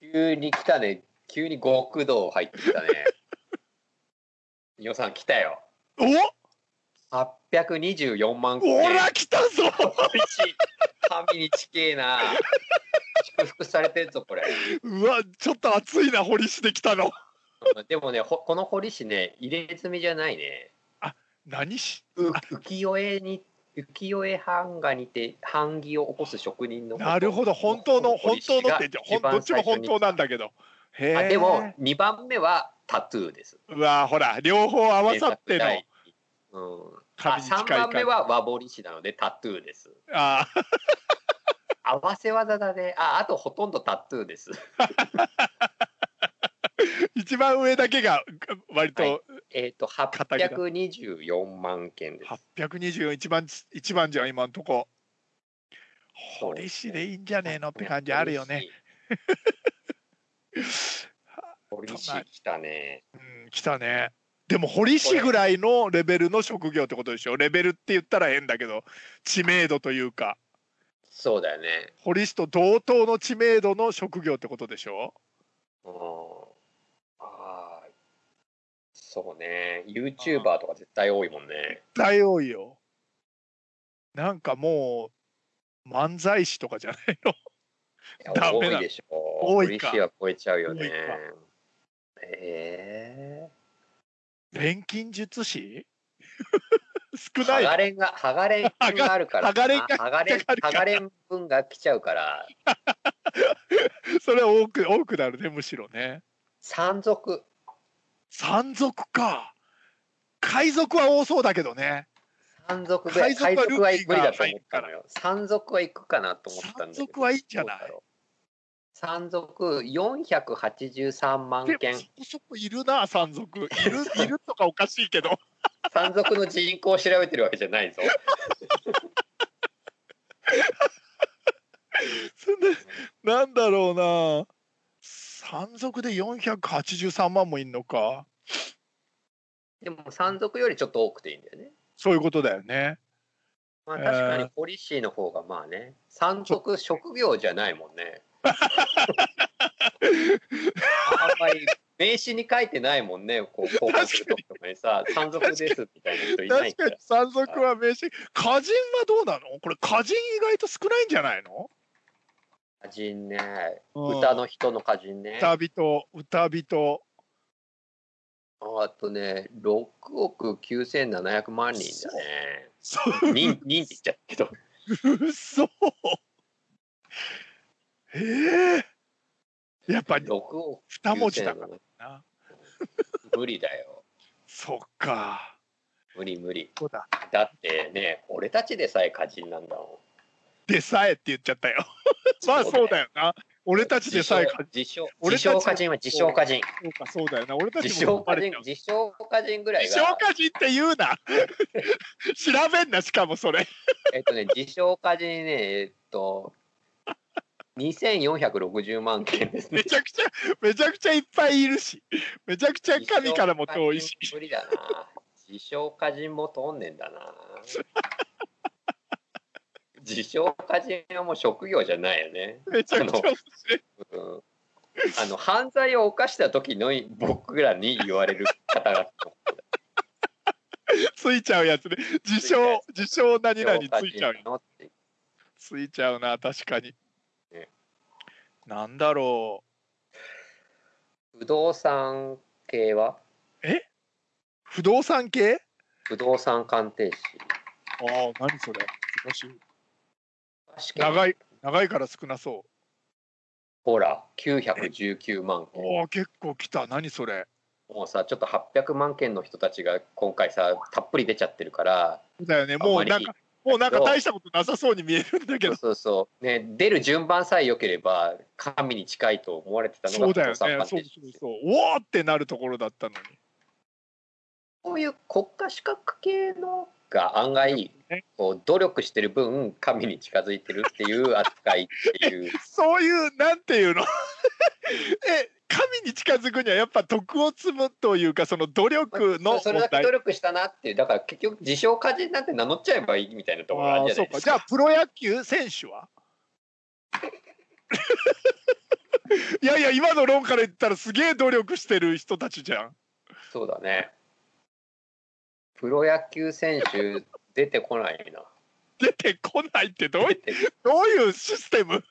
[SPEAKER 1] 急に来たね急に極道入ってきたね 予算来たよ
[SPEAKER 2] お
[SPEAKER 1] 824万個
[SPEAKER 2] おら来たぞ
[SPEAKER 1] 神にちけえな祝福されてるぞこれ
[SPEAKER 2] うわちょっと熱いな堀市できたの
[SPEAKER 1] うんでもねほこの堀市ね入れ墨じゃないね
[SPEAKER 2] 何し
[SPEAKER 1] う浮世絵に浮世絵版画にて版木を起こす職人のこと
[SPEAKER 2] なるほど本当の本当のって言ってほん
[SPEAKER 1] 一番
[SPEAKER 2] どっちも
[SPEAKER 1] 最
[SPEAKER 2] 本
[SPEAKER 1] 初に
[SPEAKER 2] 当なんだけどへ
[SPEAKER 1] あ
[SPEAKER 2] え
[SPEAKER 1] でも2番目はタトゥーです
[SPEAKER 2] うわほら両方合わさって
[SPEAKER 1] 原作
[SPEAKER 2] の
[SPEAKER 1] 第一うん、あ
[SPEAKER 2] 神に近い
[SPEAKER 1] 3
[SPEAKER 2] 感
[SPEAKER 1] 番目は和彫師なのでタトゥー です
[SPEAKER 2] あー
[SPEAKER 1] 合わせ技だねああとほとんどタトゥーです
[SPEAKER 2] 一番上だけが割と
[SPEAKER 1] えっと
[SPEAKER 2] 片桁
[SPEAKER 1] 824万件です
[SPEAKER 2] 824一番一番じゃん今んとこ
[SPEAKER 1] そう
[SPEAKER 2] 堀市でいいんじゃねえのって感じあるよね。
[SPEAKER 1] 堀市来たね。
[SPEAKER 2] うん来たねでも堀市ぐらいのレベルの職業ってことでしょレベルって言ったら変だけど知名度というか
[SPEAKER 1] そうだよね。
[SPEAKER 2] 堀市と同等の知名度の職業ってことでしょ
[SPEAKER 1] うん。ああ。そうね。ユーチューバーとか絶対多いもんね。
[SPEAKER 2] 大多いよなんかもう漫才師とかじゃないの
[SPEAKER 1] いや
[SPEAKER 2] ダ
[SPEAKER 1] 多
[SPEAKER 2] メだ
[SPEAKER 1] いでしょ。
[SPEAKER 2] 多い
[SPEAKER 1] 堀
[SPEAKER 2] か
[SPEAKER 1] 市は超えちゃうよね
[SPEAKER 2] 多いか。
[SPEAKER 1] え
[SPEAKER 2] 錬金術師
[SPEAKER 1] え
[SPEAKER 2] 少
[SPEAKER 1] は
[SPEAKER 2] ない
[SPEAKER 1] がれんが、はがれん分があるから。
[SPEAKER 2] はがれんが
[SPEAKER 1] あはがれん
[SPEAKER 2] 引っかかるか
[SPEAKER 1] は
[SPEAKER 2] ら
[SPEAKER 1] がれん分が来ちゃうから。
[SPEAKER 2] それは多く多くなるねむしろね
[SPEAKER 1] 山賊。
[SPEAKER 2] 山賊か海賊は多そうだけどね
[SPEAKER 1] 山賊ぐらい。
[SPEAKER 2] 海
[SPEAKER 1] 海
[SPEAKER 2] 賊
[SPEAKER 1] 賊
[SPEAKER 2] は
[SPEAKER 1] は
[SPEAKER 2] ルーキー
[SPEAKER 1] 無
[SPEAKER 2] が
[SPEAKER 1] 理だと思ったのよ。山賊は行くかなと思ったんだ
[SPEAKER 2] 山
[SPEAKER 1] けど。
[SPEAKER 2] 賊はいいんじゃない
[SPEAKER 1] どうだろう山賊483万
[SPEAKER 2] で
[SPEAKER 1] 件
[SPEAKER 2] もそこそこいるな山賊いる いるとかおかしいけど
[SPEAKER 1] 山賊の人口を調べてるわけじゃないぞ
[SPEAKER 2] そんでなんだろうな山賊で483万もいんのか
[SPEAKER 1] でも山賊よりちょっと多くていいんだよね
[SPEAKER 2] そういうことだよね
[SPEAKER 1] まあ
[SPEAKER 2] えー
[SPEAKER 1] 確かにポリシーの方がまあね山賊職業じゃないもんねあんまり名刺に書いてないもんねこう広告する時とかにさ山賊ですみたいな人い
[SPEAKER 2] 確
[SPEAKER 1] ないか
[SPEAKER 2] からに山賊は名刺歌人はどうなのこれ歌人意外と少ないんじゃないの、
[SPEAKER 1] 歌人ね
[SPEAKER 2] うん
[SPEAKER 1] 歌の人の歌人ね
[SPEAKER 2] 歌人歌人
[SPEAKER 1] あとね、6億9700万人だね。
[SPEAKER 2] そう
[SPEAKER 1] 人人って言っちゃうけど、
[SPEAKER 2] 嘘ええやっぱ
[SPEAKER 1] 6億
[SPEAKER 2] 二文字だから
[SPEAKER 1] ら
[SPEAKER 2] な
[SPEAKER 1] 無理だよ。
[SPEAKER 2] そっか
[SPEAKER 1] 無理無理。
[SPEAKER 2] そうだ
[SPEAKER 1] だってね、俺たちでさえ歌人なんだも
[SPEAKER 2] でさえって言っちゃったよまあ
[SPEAKER 1] そうだよ
[SPEAKER 2] そうだよな俺
[SPEAKER 1] ん。
[SPEAKER 2] たちでさえ
[SPEAKER 1] 自
[SPEAKER 2] か
[SPEAKER 1] 称自称
[SPEAKER 2] 俺
[SPEAKER 1] 自
[SPEAKER 2] た
[SPEAKER 1] 称
[SPEAKER 2] ち
[SPEAKER 1] 歌人は自称歌人。
[SPEAKER 2] そうかそうだよな俺た
[SPEAKER 1] 自
[SPEAKER 2] ち
[SPEAKER 1] 称
[SPEAKER 2] もバ
[SPEAKER 1] 歌
[SPEAKER 2] レ
[SPEAKER 1] 人
[SPEAKER 2] ちゃう、
[SPEAKER 1] 自称歌人ぐらい
[SPEAKER 2] 自称
[SPEAKER 1] が、
[SPEAKER 2] 歌人って言うな調べんなしかもそれ
[SPEAKER 1] えっとね、自称歌人ね、えっと、2460万件ですね
[SPEAKER 2] め。ちゃくちゃめちゃくちゃいっぱいいるしめちゃくちゃ神からも遠いし
[SPEAKER 1] 自称歌人無理だな。自称歌人も通んねんだな。自称歌人はもう職業じゃないよね。
[SPEAKER 2] めちゃくちゃ面白い
[SPEAKER 1] うん、あの犯罪を犯した時の僕らに言われる方 々の
[SPEAKER 2] ついちゃうやつね自称自称何々
[SPEAKER 1] 自称歌
[SPEAKER 2] ついちゃうよ
[SPEAKER 1] 人のって
[SPEAKER 2] ついちゃうな確かに、
[SPEAKER 1] ね
[SPEAKER 2] なんだろ
[SPEAKER 1] 不動産系は
[SPEAKER 2] う不動産系
[SPEAKER 1] 不動産鑑定士。
[SPEAKER 2] ああ何それ難しい
[SPEAKER 1] い
[SPEAKER 2] 長い長いから少なそう
[SPEAKER 1] ほら919万件。
[SPEAKER 2] おお結構来た何それ
[SPEAKER 1] もうさちょっと800万件の人たちが今回さたっぷり出ちゃってるから
[SPEAKER 2] だよね
[SPEAKER 1] あん
[SPEAKER 2] もう
[SPEAKER 1] まり
[SPEAKER 2] なんかもうなんか大したことなさそうに見えるんだけ
[SPEAKER 1] そ
[SPEAKER 2] ど
[SPEAKER 1] うそうそう、ね、出る順番さえ良ければ神に近いと思われてたのが
[SPEAKER 2] そうだよね
[SPEAKER 1] 不動産鑑
[SPEAKER 2] そう
[SPEAKER 1] 定士
[SPEAKER 2] そうそうおおってなるところだったのに
[SPEAKER 1] こういう国家資格系のが案外
[SPEAKER 2] ね
[SPEAKER 1] こう努力してる分神に近づいてるっていう扱いっていう
[SPEAKER 2] そういうなんていうの え神に近づくにはやっぱ徳を積むというかその努力の
[SPEAKER 1] それだけ
[SPEAKER 2] 題
[SPEAKER 1] 努力したなっていうだから結局自称歌人なんて名乗っちゃえばいいみたいなところあ
[SPEAKER 2] あ
[SPEAKER 1] る
[SPEAKER 2] あ
[SPEAKER 1] じゃな
[SPEAKER 2] そう
[SPEAKER 1] いで
[SPEAKER 2] か
[SPEAKER 1] す
[SPEAKER 2] じゃあ
[SPEAKER 1] か。
[SPEAKER 2] プロ野球選手は いやいや今の論から言ったらすげえ努力してる人たちじゃん
[SPEAKER 1] そうだねプロ野球選手出てこないな。
[SPEAKER 2] 出てこないってどうい
[SPEAKER 1] 出
[SPEAKER 2] う
[SPEAKER 1] て
[SPEAKER 2] どういうシステム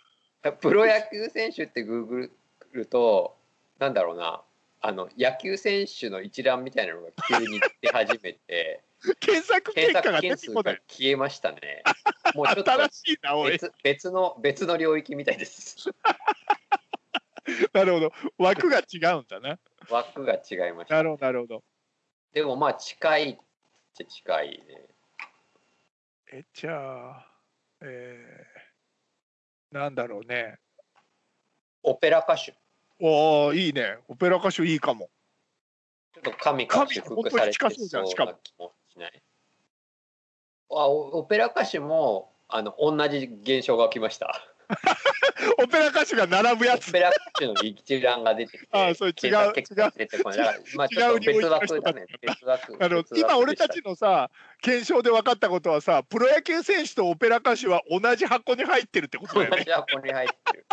[SPEAKER 1] プロ野球選手ってグーグるとなんだろうなあの野球選手の一覧みたいなのが急に出始め て
[SPEAKER 2] 検索
[SPEAKER 1] 検
[SPEAKER 2] 結果
[SPEAKER 1] 索
[SPEAKER 2] が
[SPEAKER 1] 件
[SPEAKER 2] 出て
[SPEAKER 1] 数
[SPEAKER 2] こ
[SPEAKER 1] が
[SPEAKER 2] ない。
[SPEAKER 1] 消えました ね。もうちょっと
[SPEAKER 2] 新しいな、おい。
[SPEAKER 1] 別別の別の領域みたいです。
[SPEAKER 2] なるほど。枠が違うんだね。
[SPEAKER 1] 枠が違いました。
[SPEAKER 2] なるほど、なるほど。
[SPEAKER 1] でもまあ近いっちゃ近いね。
[SPEAKER 2] え、じゃあ、えー、なんだろうね。
[SPEAKER 1] オペラ歌手。
[SPEAKER 2] おおいいね。オペラ歌手いいかも。
[SPEAKER 1] ちょっと神が祝福されて
[SPEAKER 2] 神本当に近そうじゃんし
[SPEAKER 1] そ
[SPEAKER 2] か
[SPEAKER 1] う
[SPEAKER 2] も
[SPEAKER 1] な気もしない。あおオペラ歌手もあの同じ現象が起きました。
[SPEAKER 2] オペラ歌手が並ぶや
[SPEAKER 1] オ
[SPEAKER 2] つ。
[SPEAKER 1] ペラ歌手の一覧が出てきて、
[SPEAKER 2] あそれ違う
[SPEAKER 1] 検索結果が出てこない。だからまあちょっと別枠だね。別枠。
[SPEAKER 2] あの
[SPEAKER 1] 別枠でした
[SPEAKER 2] 今俺たちのさ検証で分かったことはさプロ野球選手とオペラ歌手は同じ箱に入ってるってこと
[SPEAKER 1] 同
[SPEAKER 2] だよ ね。
[SPEAKER 1] じ箱に入ってる。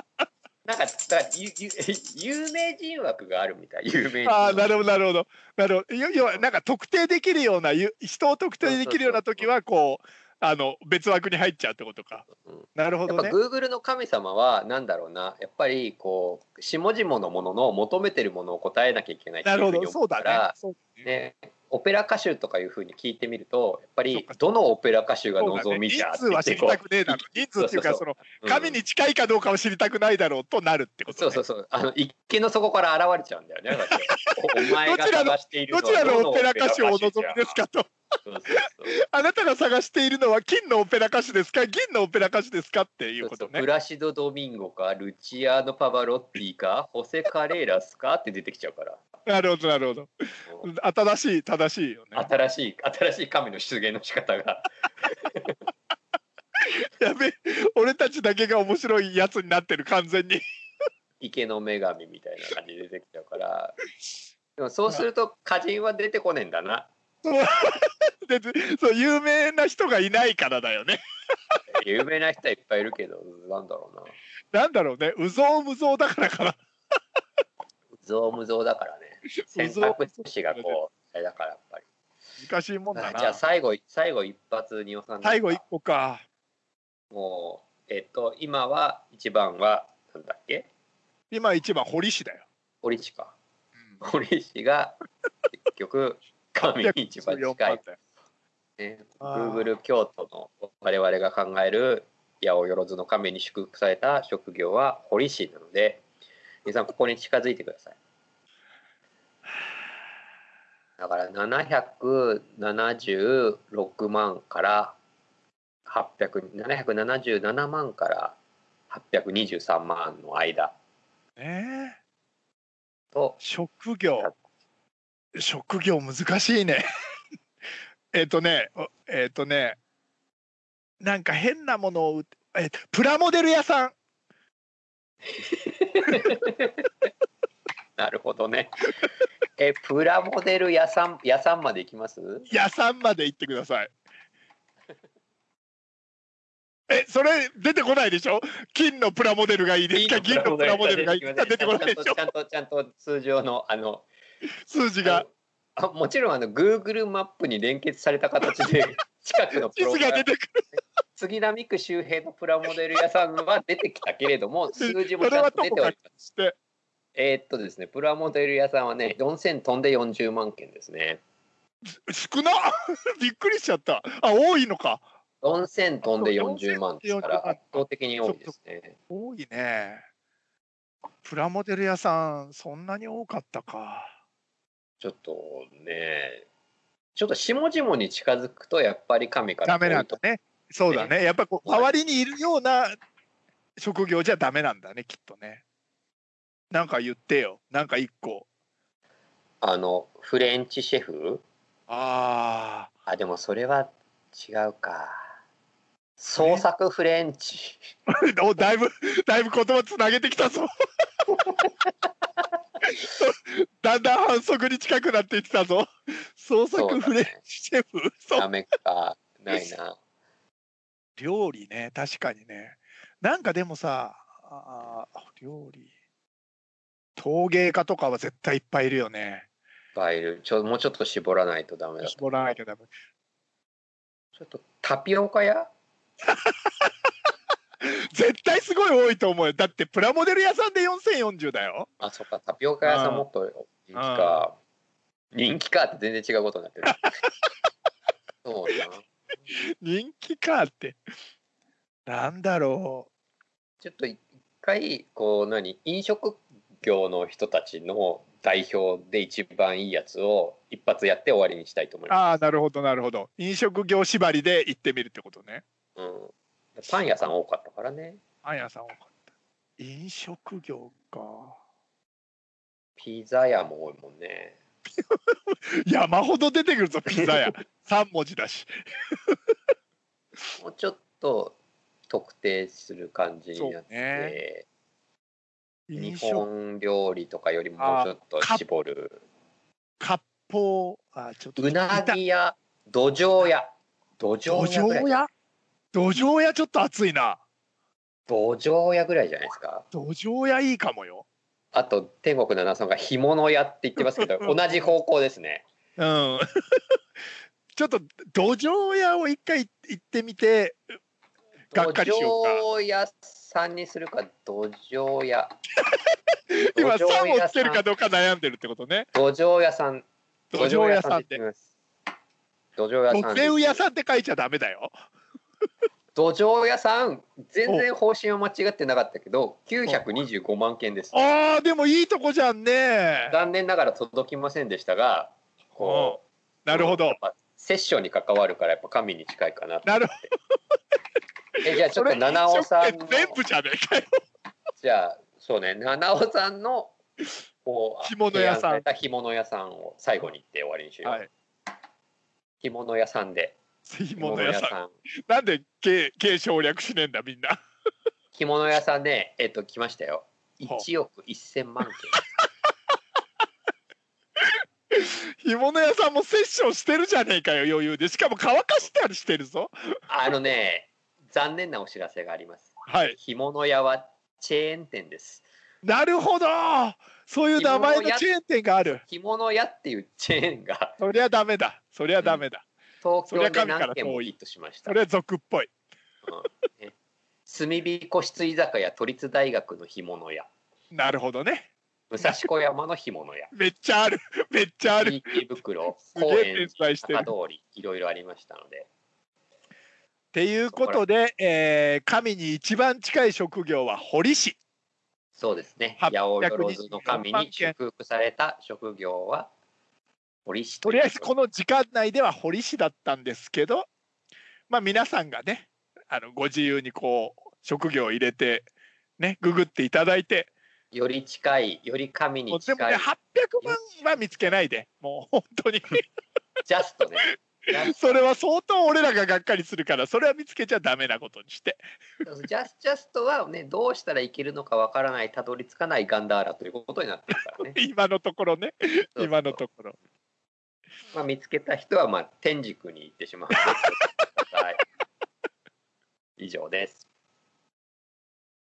[SPEAKER 1] なんかだからゆゆ 有名人枠があるみたい。有名人
[SPEAKER 2] ああ
[SPEAKER 1] 枠。
[SPEAKER 2] なるほどなるほどなるほど要要はなんか特定できるようなゆ人を特定できるような時はこうあの別枠に入っちゃうってことか
[SPEAKER 1] うん。
[SPEAKER 2] なるほ
[SPEAKER 1] やっ
[SPEAKER 2] ど
[SPEAKER 1] ぱ
[SPEAKER 2] ね。
[SPEAKER 1] Google の神様はなんだろうなやっぱりこう下々のものの求めてるものを答えなきゃいけないってい
[SPEAKER 2] な
[SPEAKER 1] うふ
[SPEAKER 2] るほ
[SPEAKER 1] うに
[SPEAKER 2] ど
[SPEAKER 1] 思
[SPEAKER 2] そう
[SPEAKER 1] うか
[SPEAKER 2] だ
[SPEAKER 1] ら
[SPEAKER 2] ね。そう
[SPEAKER 1] ね、オペラ歌手とかいうふうに聞いてみるとやっぱ
[SPEAKER 2] そう
[SPEAKER 1] り
[SPEAKER 2] か
[SPEAKER 1] どのオペラ歌手が
[SPEAKER 2] そうだ
[SPEAKER 1] 望
[SPEAKER 2] ね
[SPEAKER 1] みじゃ
[SPEAKER 2] 人
[SPEAKER 1] っ
[SPEAKER 2] 数
[SPEAKER 1] て言
[SPEAKER 2] は
[SPEAKER 1] ってこう
[SPEAKER 2] 知りたくねえだろ人数っていうか
[SPEAKER 1] そ
[SPEAKER 2] そうの
[SPEAKER 1] うん
[SPEAKER 2] 神に近いかどうかを知りたくないだろうとなるってこと
[SPEAKER 1] そう
[SPEAKER 2] ね
[SPEAKER 1] そうそうあの一見の底から現れちゃうんだよねだっておお前が
[SPEAKER 2] どちらの
[SPEAKER 1] 探している
[SPEAKER 2] ど
[SPEAKER 1] の
[SPEAKER 2] ち
[SPEAKER 1] は
[SPEAKER 2] ら
[SPEAKER 1] ど
[SPEAKER 2] のオペラ歌手をお望み
[SPEAKER 1] じゃ
[SPEAKER 2] ですか
[SPEAKER 1] そ
[SPEAKER 2] と。
[SPEAKER 1] うそうそう
[SPEAKER 2] あなたが探しているのは金のオペラ歌手ですか銀のオペラ歌手ですかっていうこ
[SPEAKER 1] そ
[SPEAKER 2] と
[SPEAKER 1] うそう
[SPEAKER 2] ね
[SPEAKER 1] プ。ラシド・ドミンゴかルチアーノ・パバロッティかホセ・カレーラスかって出てきちゃうから
[SPEAKER 2] なるほどなるほど。
[SPEAKER 1] もう
[SPEAKER 2] 正しい正しいよね。
[SPEAKER 1] 新しい新しい神の出現の仕方が
[SPEAKER 2] やべえ俺たちだけが面白いやつになってる完全に。
[SPEAKER 1] 池の女神みたいな感じで出てきちゃうからでもそうすると歌人は出てこねえんだな
[SPEAKER 2] でそう有名な人がいないからだよね。
[SPEAKER 1] 有名な人はいっぱいいるけどなんだろうな
[SPEAKER 2] なんだろうねうぞうむぞうだからかな。
[SPEAKER 1] ゾウムゾウだからね
[SPEAKER 2] う
[SPEAKER 1] 選
[SPEAKER 2] ぞう
[SPEAKER 1] 択肢がこうあれだからやっぱり
[SPEAKER 2] 難しいもんだ
[SPEAKER 1] あじゃあ
[SPEAKER 2] な。
[SPEAKER 1] 最後最後一発に収め
[SPEAKER 2] 最後一個か。
[SPEAKER 1] もうえっと今は一番はなんだっけ
[SPEAKER 2] 今一番堀市だよ。
[SPEAKER 1] 堀市か堀市が結局神に一番
[SPEAKER 2] 114
[SPEAKER 1] 近い、
[SPEAKER 2] だよ
[SPEAKER 1] ね、
[SPEAKER 2] あー
[SPEAKER 1] Google 京都の我々が考える八百万の神に祝福された職業は堀市なので皆さんここに近づいてくださいだから776万から800 777万から823万の間
[SPEAKER 2] ねえ
[SPEAKER 1] と
[SPEAKER 2] 職業職業難しいね えっとねおえっ、とねなんか変なものを売っえプラモデル屋さん
[SPEAKER 1] なるほどね。え、プラモデル屋さん、屋さんまで行きます。
[SPEAKER 2] 屋さんまで行ってください えそれ出てこないでしょ金のプラモデルがいいですか銀のプラモデルがいいですか出てこないで しょ
[SPEAKER 1] ちゃんと、ちゃんと、ちゃんと通常の、あの。
[SPEAKER 2] 数字が
[SPEAKER 1] あもちろん、あの、グーグルマップに連結された形で。近くのプ
[SPEAKER 2] 地
[SPEAKER 1] ロ
[SPEAKER 2] 図
[SPEAKER 1] グラ
[SPEAKER 2] が
[SPEAKER 1] ム
[SPEAKER 2] 出てくる
[SPEAKER 1] 杉並区周辺のプラモデル屋さんは出てきたけれども、 数字も
[SPEAKER 2] そ
[SPEAKER 1] ち
[SPEAKER 2] れ
[SPEAKER 1] ゃ
[SPEAKER 2] は
[SPEAKER 1] んと
[SPEAKER 2] ど
[SPEAKER 1] 出
[SPEAKER 2] こ
[SPEAKER 1] てお
[SPEAKER 2] か
[SPEAKER 1] ります。
[SPEAKER 2] して
[SPEAKER 1] えーっとですね、プラモデル屋さんはね、4000飛んで40万件ですね。
[SPEAKER 2] 少なびっ くりしちゃったあ多いのか
[SPEAKER 1] 4000飛んで40万ですから、圧倒的に多いですね。
[SPEAKER 2] 多いね。プラモデル屋さん、そんなに多かったか。
[SPEAKER 1] ちょっとね、ちょっと下々に近づくとやっぱり神から
[SPEAKER 2] ダメなんだね。そうだね。やっぱこう、
[SPEAKER 1] はい
[SPEAKER 2] 周りにいるような職業じゃダメなんだね、きっとね。なんか言ってよ。なんか一個。
[SPEAKER 1] あのフレンチシェフ
[SPEAKER 2] あ
[SPEAKER 1] あでもそれは違うか創作フレンチ
[SPEAKER 2] あ。 おだいぶ、だいぶ言葉つなげてきたぞ。 だんだん反則に近くなっていってたぞ。創
[SPEAKER 1] そう
[SPEAKER 2] 作
[SPEAKER 1] だね
[SPEAKER 2] フレンチシェフ。そう
[SPEAKER 1] ダメかないな
[SPEAKER 2] 料理ね確かにねなんかでもさあー料理陶芸家とかは絶対いっぱいいるよね
[SPEAKER 1] バイルちょもうちょっと絞らないとダメだと
[SPEAKER 2] 絞らなきゃダメ
[SPEAKER 1] ちょっとタピオカ屋
[SPEAKER 2] 絶対すごい多いと思うよだってプラモデル屋さんで4040だよ
[SPEAKER 1] あそっかタピオカ屋さんもっと人気か人気かって全然違うことになってるそうな
[SPEAKER 2] 人気かってなんだろ
[SPEAKER 1] ちょっと一回こう何飲食業の人たちの代表で一番いいやつを一発やって終わりにしたいと思いうま
[SPEAKER 2] ああなるほどなるほど飲食業縛りで行ってみるってことね
[SPEAKER 1] す、うん、パン屋さん多かったからね
[SPEAKER 2] あやさん多かった飲食業か
[SPEAKER 1] ピザ屋も多いもんね
[SPEAKER 2] 山ほど出てくるぞピザ屋3文字だし
[SPEAKER 1] もうちょっと特定する感じになって、
[SPEAKER 2] そうね飲
[SPEAKER 1] 日
[SPEAKER 2] 食
[SPEAKER 1] 本料理とかよりもうちょっと絞る
[SPEAKER 2] 割烹あちょっと
[SPEAKER 1] うなぎ屋土壌屋土
[SPEAKER 2] 土
[SPEAKER 1] 壌屋ぐら
[SPEAKER 2] 壌
[SPEAKER 1] い
[SPEAKER 2] 屋土壌屋ちょっと熱いな
[SPEAKER 1] 土壌屋ぐらいじゃないですか
[SPEAKER 2] 土壌屋いいかもよ
[SPEAKER 1] あと天国の七さんが干物屋って言ってますけ ど同じ方向ですね
[SPEAKER 2] うん ちょっと土壌屋を一回行ってみてがっかりしようか
[SPEAKER 1] 土壌屋さんにするか土壌屋
[SPEAKER 2] 今
[SPEAKER 1] 土壌
[SPEAKER 2] 3
[SPEAKER 1] 屋
[SPEAKER 2] をつけるかどうか悩んでるってことね
[SPEAKER 1] 土壌屋さん
[SPEAKER 2] 土壌屋さんって
[SPEAKER 1] 土壌屋さん
[SPEAKER 2] 木製屋さんって書いちゃダメだよ
[SPEAKER 1] 土壌屋さん全然方針は間違ってなかったけど925万件です
[SPEAKER 2] あーでもいいとこじゃんね
[SPEAKER 1] 残念ながら届きませんでしたがこう
[SPEAKER 2] なるほ
[SPEAKER 1] や
[SPEAKER 2] ど
[SPEAKER 1] っぱセッションに関わるからやっぱ神に近いかな
[SPEAKER 2] なる
[SPEAKER 1] えじゃあちょっと七尾さんの
[SPEAKER 2] それ飲食店全部じゃねえかよ
[SPEAKER 1] じゃあそうね七尾さんのこう
[SPEAKER 2] 干物屋さ
[SPEAKER 1] 提案さ
[SPEAKER 2] ん
[SPEAKER 1] れた干物屋さんを最後に行って終わりにしよう、
[SPEAKER 2] はい
[SPEAKER 1] 干物屋さんで
[SPEAKER 2] 干物屋さん
[SPEAKER 1] ん
[SPEAKER 2] なんで経経省略しねえんだみんな
[SPEAKER 1] 着物屋さんねえっと来ましたよ
[SPEAKER 2] ほう
[SPEAKER 1] 1億1000万件
[SPEAKER 2] 干物屋さんもセッションしてるじゃねえかよ余裕でしかも乾かしたりしてるぞ
[SPEAKER 1] あのね残念なお知らせがあります
[SPEAKER 2] はい
[SPEAKER 1] 干物屋はチェーン店です
[SPEAKER 2] なるほどそういう名前のチェーン店がある
[SPEAKER 1] 着物屋っていうチェーンが
[SPEAKER 2] そりゃダメだそりゃダメだ、
[SPEAKER 1] 東
[SPEAKER 2] そり
[SPEAKER 1] 京で
[SPEAKER 2] ゃ神から
[SPEAKER 1] 何件もヒットしました
[SPEAKER 2] それは俗っぽい
[SPEAKER 1] うんね炭火個室居酒屋都立大学の干物屋
[SPEAKER 2] なるほどね
[SPEAKER 1] 武蔵小山の干物屋
[SPEAKER 2] めっちゃあるめっちゃある
[SPEAKER 1] 地域袋
[SPEAKER 2] すげ
[SPEAKER 1] 公
[SPEAKER 2] え
[SPEAKER 1] 園
[SPEAKER 2] 転売してる
[SPEAKER 1] 高通りいろいろありましたので
[SPEAKER 2] っていうことで、えー神に一番近い職業は堀師
[SPEAKER 1] そうですね
[SPEAKER 2] 800
[SPEAKER 1] 八百万の神
[SPEAKER 2] 万
[SPEAKER 1] に
[SPEAKER 2] 件
[SPEAKER 1] 祝福された職業は堀師
[SPEAKER 2] とりあえずこの時間内では堀師だったんですけどまあ皆さんがねあのご自由にこう職業を入れてねググっていただいて
[SPEAKER 1] より近いより神
[SPEAKER 2] も
[SPEAKER 1] に
[SPEAKER 2] うで
[SPEAKER 1] 近
[SPEAKER 2] もね
[SPEAKER 1] い
[SPEAKER 2] 800万は見つけないでもう本当に
[SPEAKER 1] ジャストねジャス
[SPEAKER 2] それは相当俺らががっかりするからそれは見つけちゃダメなことにして
[SPEAKER 1] トジャスジャストはねどうしたらいけるのかわからないたどり着かないガンダーラということになってるからね
[SPEAKER 2] 今のところね 今のところ
[SPEAKER 1] まあ、見つけた人は、まあ、天竺に行ってしまうんですけどはい。以上です。